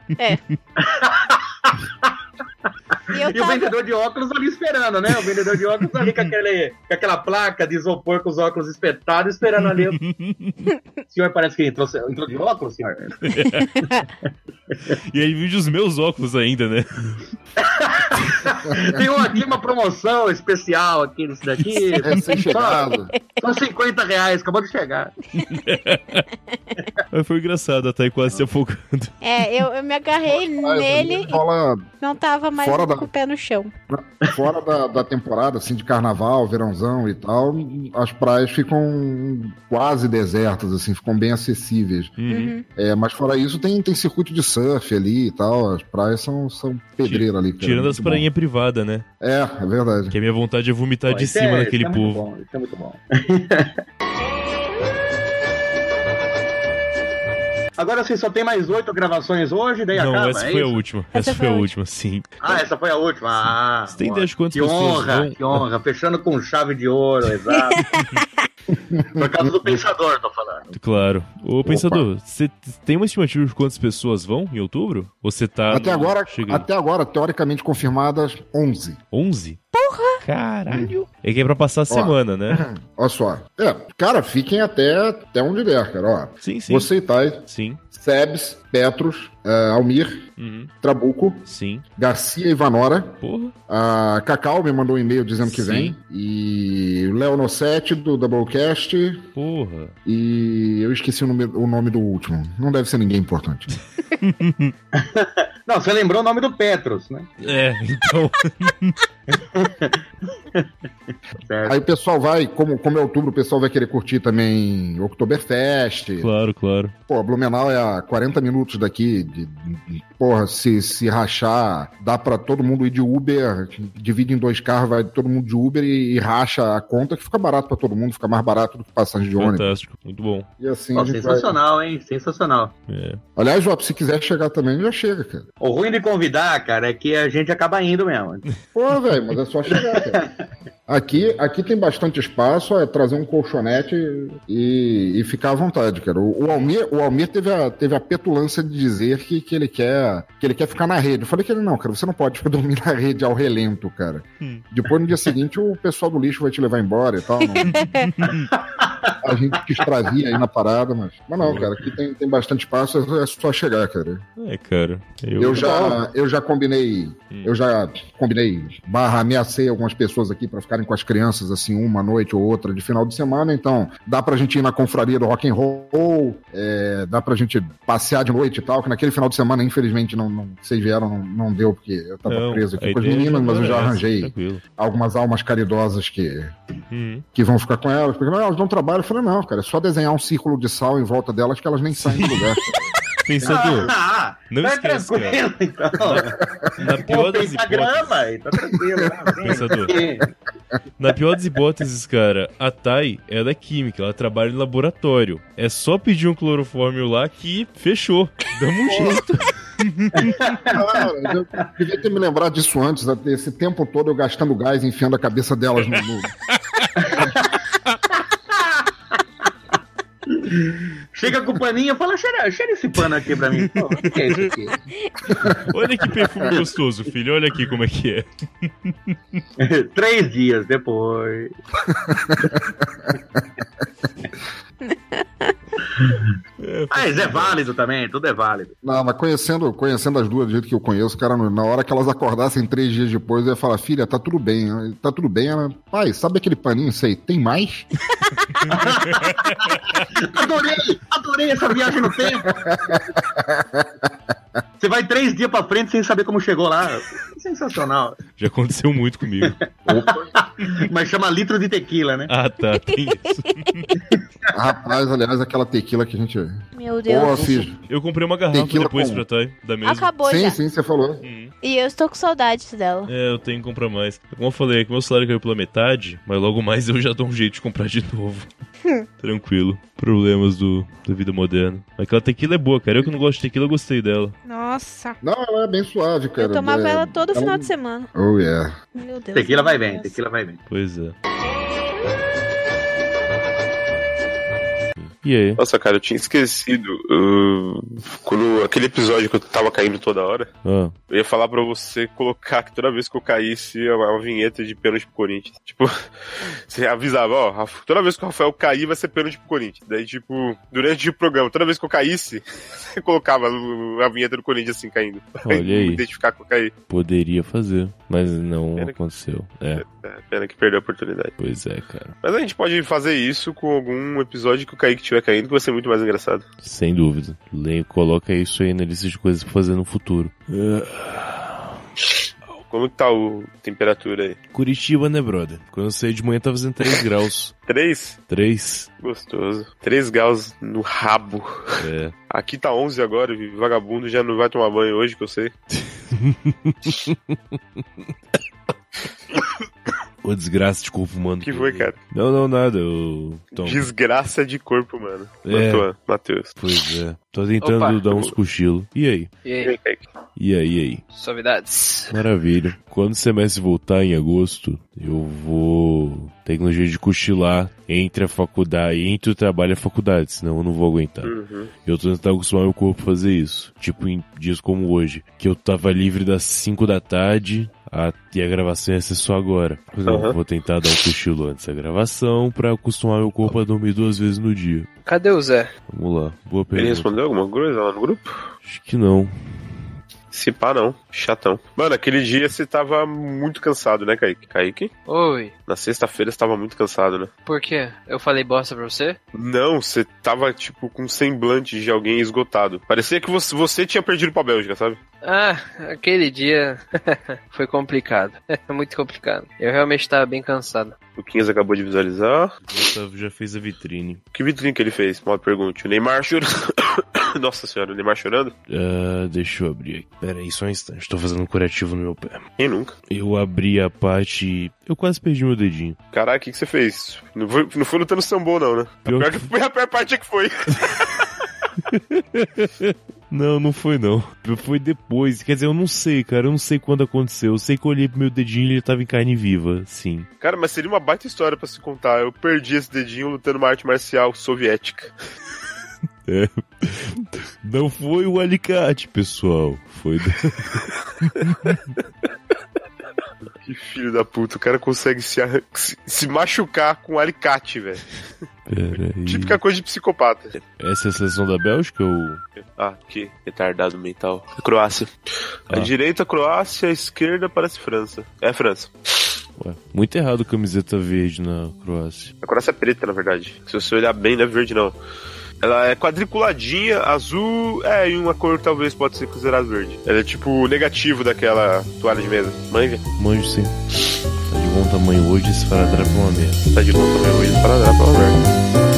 Speaker 3: E eu
Speaker 5: E o
Speaker 3: tava.
Speaker 5: vendedor de óculos ali esperando, né? O vendedor de óculos ali com, aquele, com aquela placa de isopor com os óculos espetados, esperando ali. O senhor parece que entrou, entrou de óculos, senhor?
Speaker 2: E ele viu os meus óculos ainda, né?
Speaker 5: Tem um aqui, uma promoção especial aqui nesse daqui.
Speaker 4: É sem chegado.
Speaker 5: Só 50 reais, acabou de chegar.
Speaker 2: Aí foi engraçado, a Thay quase se afogando.
Speaker 3: É, eu, eu me agarrei nele e
Speaker 4: Fala
Speaker 3: não tava mais
Speaker 4: Fora da-
Speaker 3: com o pé no chão.
Speaker 4: fora da, da temporada, assim, de carnaval, verãozão e tal, as praias ficam quase desertas, assim, ficam bem acessíveis.
Speaker 2: Uhum.
Speaker 4: É, mas fora isso, tem, tem circuito de surf ali e tal, as praias são, são pedreira ali. cara,
Speaker 2: Tirando
Speaker 4: muito
Speaker 2: as
Speaker 4: bom.
Speaker 2: prainhas privadas, né?
Speaker 4: É, é verdade.
Speaker 2: Que a minha vontade é vomitar de
Speaker 5: Isso é-
Speaker 2: cima
Speaker 5: isso
Speaker 2: naquele
Speaker 5: é muito
Speaker 2: povo.
Speaker 5: bom, Isso é muito bom. Agora assim, só tem mais oito gravações hoje, daí
Speaker 2: não,
Speaker 5: acaba.
Speaker 2: essa
Speaker 5: é
Speaker 2: foi a
Speaker 5: isso?
Speaker 2: última. Essa,
Speaker 3: Essa
Speaker 2: foi
Speaker 3: foi
Speaker 2: a
Speaker 3: a
Speaker 2: última, sim.
Speaker 5: Ah, essa foi a última. Ah,
Speaker 2: Você tem
Speaker 5: ó,
Speaker 2: ideia de quantas
Speaker 5: que
Speaker 2: pessoas
Speaker 5: honra,
Speaker 2: vão?
Speaker 5: que honra. Fechando com chave de ouro, exato. Por causa do pensador, tô falando.
Speaker 2: Claro. Ô, pensador, você t- tem uma estimativa de quantas pessoas vão em outubro? Ou você tá.
Speaker 4: Até
Speaker 2: no-
Speaker 4: agora,
Speaker 2: Chega aí.
Speaker 4: até agora, teoricamente confirmadas, 11.
Speaker 2: 11? Porra! Caralho! É que é pra passar a semana, né?
Speaker 4: Olha só. É, cara, fiquem até, até onde der, cara. Ó,
Speaker 2: Sim, sim.
Speaker 4: você e Thay,
Speaker 2: Sim.
Speaker 4: Sebes, Petros, eh, Almir,
Speaker 2: Uhum.
Speaker 4: Trabuco,
Speaker 2: Sim.
Speaker 4: Garcia e Vanora.
Speaker 2: Porra.
Speaker 4: A Cacau me mandou um e-mail dizendo que
Speaker 2: Sim.
Speaker 4: vem. E o Léo Nossetti, do Doublecast.
Speaker 2: Porra.
Speaker 4: E eu esqueci o nome, o nome do último. Não deve ser ninguém importante.
Speaker 5: Não, você lembrou o nome do Petros, né?
Speaker 2: É, então.
Speaker 5: Certo.
Speaker 4: Aí o pessoal vai, como, como é outubro, o pessoal vai querer curtir também Oktoberfest.
Speaker 2: claro, claro.
Speaker 4: Pô, Blumenau é a 40 minutos daqui. de- de- porra, se, se rachar, dá pra todo mundo ir de Uber, divide em dois carros, vai todo mundo de Uber e, e racha a conta, que fica barato pra todo mundo, fica mais barato do que passagem
Speaker 2: Então
Speaker 4: de ônibus.
Speaker 2: Fantástico. Muito bom.
Speaker 4: E assim,
Speaker 5: Pô,
Speaker 4: a gente vai-
Speaker 5: sensacional, hein? Sensacional.
Speaker 2: É.
Speaker 4: Aliás, Job, se quiser chegar também, já chega, cara.
Speaker 5: O ruim de convidar, cara, é que a gente acaba indo mesmo.
Speaker 4: Pô, velho, mas é só chegar, cara. Aqui, aqui tem bastante espaço, é trazer um colchonete e, e ficar à vontade, cara. O, o Almir, o Almir teve, a, teve a petulância de dizer que, que, ele quer, que ele quer ficar na rede. Eu falei que ele não, cara, você não pode dormir na rede ao relento, cara.
Speaker 2: Hum.
Speaker 3: Uhum.
Speaker 4: Depois, no dia seguinte, o pessoal do lixo vai te levar embora e tal. não- A gente que extravia aí na parada, mas. Mas não, cara, aqui tem, tem bastante espaço, é só chegar, cara.
Speaker 2: É, cara. Eu, Hum.
Speaker 4: Eu já, eu já combinei. Eu já combinei, barra, ameacei algumas pessoas aqui pra ficarem com as crianças, assim, uma noite ou outra de final de semana. Então, dá pra gente ir na confraria do rock and roll, é, dá pra gente passear de noite e tal, que naquele final de semana, infelizmente, não, não- vocês vieram, não, não deu, porque eu tava
Speaker 2: Não,
Speaker 4: preso
Speaker 2: a
Speaker 4: aqui com as
Speaker 2: ideia
Speaker 4: meninas, mas eu já
Speaker 2: era essa,
Speaker 4: arranjei
Speaker 2: Tranquilo.
Speaker 4: algumas almas caridosas que,
Speaker 2: Hum.
Speaker 4: que vão ficar com elas, porque "Ah, elas não trabalham. Eu falei, não, cara, é só desenhar um círculo de sal em volta delas que elas nem saem do lugar.
Speaker 2: Pensador,
Speaker 5: Ah,
Speaker 2: é não
Speaker 5: tá
Speaker 2: esquece, cara.
Speaker 5: tranquilo, então.
Speaker 2: Na
Speaker 5: Pô,
Speaker 2: pior das
Speaker 5: tem
Speaker 2: hipóteses.
Speaker 5: grama, tá tranquilo. tá bem.
Speaker 2: Pensador. Na pior das hipóteses, cara, a Thay, ela é química, ela trabalha em laboratório. É só pedir um clorofórmio lá que fechou. Damos um jeito.
Speaker 4: Cara, Ah, eu devia ter me lembrado disso antes, né? esse tempo todo eu gastando gás, enfiando a cabeça delas no. no...
Speaker 5: Chega com o paninho e fala, cheira, cheira esse pano aqui pra mim. Pô, o que é isso aqui?
Speaker 2: Olha que perfume gostoso, filho. Olha aqui como é que é.
Speaker 5: Três dias depois. Mas é válido também, tudo é válido.
Speaker 4: Não, mas conhecendo, conhecendo as duas do jeito que eu conheço, cara, na hora que elas acordassem três dias depois, eu ia falar, filha, tá tudo bem, né? tá tudo bem. Ela, pai, sabe aquele paninho, sei, tem mais?
Speaker 5: Adorei, adorei essa viagem no tempo. Você vai três dias pra frente sem saber como chegou lá. Sensacional.
Speaker 2: Já aconteceu muito comigo.
Speaker 5: Mas chama litro de tequila, né?
Speaker 2: Ah, tá, tem isso.
Speaker 4: Rapaz, aliás, aquela tequila que a gente.
Speaker 3: Meu Deus.
Speaker 4: Pô, fiz.
Speaker 2: Eu comprei uma garrafa
Speaker 4: Tequila
Speaker 2: depois
Speaker 4: com-
Speaker 2: pra Thay, da mesma.
Speaker 3: Acabou
Speaker 4: Sim,
Speaker 3: já.
Speaker 4: sim, você falou.
Speaker 2: Hum.
Speaker 3: E eu estou com saudade dela.
Speaker 2: É, eu tenho que comprar mais. Como eu falei, é que meu salário caiu pela metade, mas logo mais eu já dou um jeito de comprar de novo. Tranquilo. Problemas do, da vida moderna. Aquela tequila é boa, cara. Eu que não gosto de tequila, eu gostei dela.
Speaker 6: Nossa.
Speaker 4: Não, ela é bem suave, cara.
Speaker 6: Eu tomava
Speaker 4: É-
Speaker 6: ela todo
Speaker 4: é um-
Speaker 6: final de semana.
Speaker 4: Oh, yeah.
Speaker 6: Meu Deus.
Speaker 5: Tequila vai bem,
Speaker 6: vem
Speaker 5: tequila vai bem.
Speaker 2: Pois é. E aí?
Speaker 7: Nossa, cara, eu tinha esquecido. uh, quando aquele episódio que eu tava caindo toda hora,
Speaker 2: Ah,
Speaker 7: eu ia falar pra você colocar que toda vez que eu caísse é uma vinheta de pênalti pro Corinthians. Tipo, você avisava, ó, Rafa- toda vez que o Rafael cair vai ser pênalti pro Corinthians. Daí, tipo, durante o programa, toda vez que eu caísse, você colocava a vinheta do Corinthians assim caindo. Pra
Speaker 2: Olha aí.
Speaker 7: identificar que eu caí.
Speaker 2: poderia fazer, mas não
Speaker 7: Pena que-
Speaker 2: aconteceu. É,
Speaker 7: É, pena que perdeu a oportunidade.
Speaker 2: pois é, cara.
Speaker 7: Mas a gente pode fazer isso com algum episódio que o Kaique tiver caindo, que vai ser muito mais engraçado.
Speaker 2: Sem dúvida. Leio, coloca isso aí na lista de coisas pra fazer no futuro.
Speaker 7: Como que tá o- a temperatura aí?
Speaker 2: Curitiba, né, brother? Quando eu saí de manhã tava fazendo 3 graus.
Speaker 7: Três?
Speaker 2: 3?
Speaker 7: Gostoso. 3 graus no rabo.
Speaker 2: É.
Speaker 7: Aqui tá 11 agora, e vagabundo já não vai tomar banho hoje, que eu sei.
Speaker 2: Ô, desgraça de corpo humano.
Speaker 7: O que foi, cara?
Speaker 2: Não, não, nada. Eu... Tom.
Speaker 7: Desgraça de corpo, mano.
Speaker 2: É.
Speaker 7: Antoine, Matheus.
Speaker 2: Pois é. Tô tentando
Speaker 8: Opa.
Speaker 2: dar uns cochilos. E aí?
Speaker 8: E
Speaker 7: E
Speaker 8: aí,
Speaker 7: aí, Kaique?
Speaker 2: E aí, e aí?
Speaker 8: suavidades?
Speaker 2: Maravilha. Quando o semestre voltar em agosto, eu vou ter um jeito de cochilar entre a faculdade, entre o trabalho e a faculdade, senão eu não vou aguentar.
Speaker 7: Uhum.
Speaker 2: Eu tô tentando acostumar meu corpo a fazer isso. Tipo em dias como hoje, que eu tava livre das 5 da tarde a- e a gravação ia ser só agora. Mas não,
Speaker 7: Aham.
Speaker 2: vou tentar dar um cochilo antes da gravação pra acostumar meu corpo a dormir duas vezes no dia.
Speaker 8: Cadê o Zé?
Speaker 2: Vamos lá. Boa
Speaker 7: Ele
Speaker 2: pergunta.
Speaker 7: respondeu alguma coisa lá no grupo?
Speaker 2: Acho que não.
Speaker 7: Se pá, não. Chatão. Mano, aquele dia você tava muito cansado, né, Kaique? Kaique?
Speaker 8: Oi,
Speaker 7: Na sexta-feira você tava muito cansado, né?
Speaker 8: por quê? Eu falei bosta pra você?
Speaker 7: Não, você tava, tipo, com um semblante de alguém esgotado. Parecia que você, você tinha perdido pra Bélgica, sabe?
Speaker 8: Ah, aquele dia foi complicado. Muito complicado. Eu realmente tava bem cansado.
Speaker 7: O Quinhas acabou de visualizar.
Speaker 2: Gustavo já fez a vitrine.
Speaker 7: Que vitrine que ele fez? Mal pergunte. O Neymar chorando. Nossa senhora, o Neymar chorando?
Speaker 2: Ah, deixa eu abrir aqui. Pera aí, só um instante. Tô fazendo um curativo no meu pé.
Speaker 7: Quem nunca?
Speaker 2: Eu abri a parte. Eu quase perdi meu dedinho.
Speaker 7: Caralho, o que, que você fez? Não foi, não foi lutando sambô, não, né? A
Speaker 2: Pior
Speaker 7: pior,
Speaker 2: que-
Speaker 7: que foi, a pior parte é que foi.
Speaker 2: Não, não foi não. Foi depois. Quer dizer, eu não sei, cara. Eu não sei quando aconteceu. Eu sei que eu olhei pro meu dedinho e ele tava em carne viva. Sim.
Speaker 7: Cara, mas seria uma baita história pra se contar. Eu perdi esse dedinho lutando uma arte marcial soviética.
Speaker 2: Não foi o alicate, pessoal. Foi.
Speaker 7: Que filho da puta, o cara consegue se, arran- se- se machucar com um alicate, velho.
Speaker 2: Peraí.
Speaker 7: Típica coisa de psicopata.
Speaker 2: Essa é a seleção da Bélgica ou.
Speaker 7: Ah, que retardado mental. É Croácia. A
Speaker 2: Ah.
Speaker 7: direita, Croácia, a esquerda parece França. É França.
Speaker 2: Ué, muito errado camiseta verde na Croácia.
Speaker 7: A Croácia é preta, na verdade. Se você olhar bem, não é verde, não. Ela é quadriculadinha, azul, é, e uma cor talvez pode ser considerada verde. Ela é tipo o negativo daquela toalha de mesa. Manja,
Speaker 2: Manjo sim. Tá de bom tamanho hoje, esse faradrá é uma merda.
Speaker 7: tá de novo também, hoje para dar pra ver.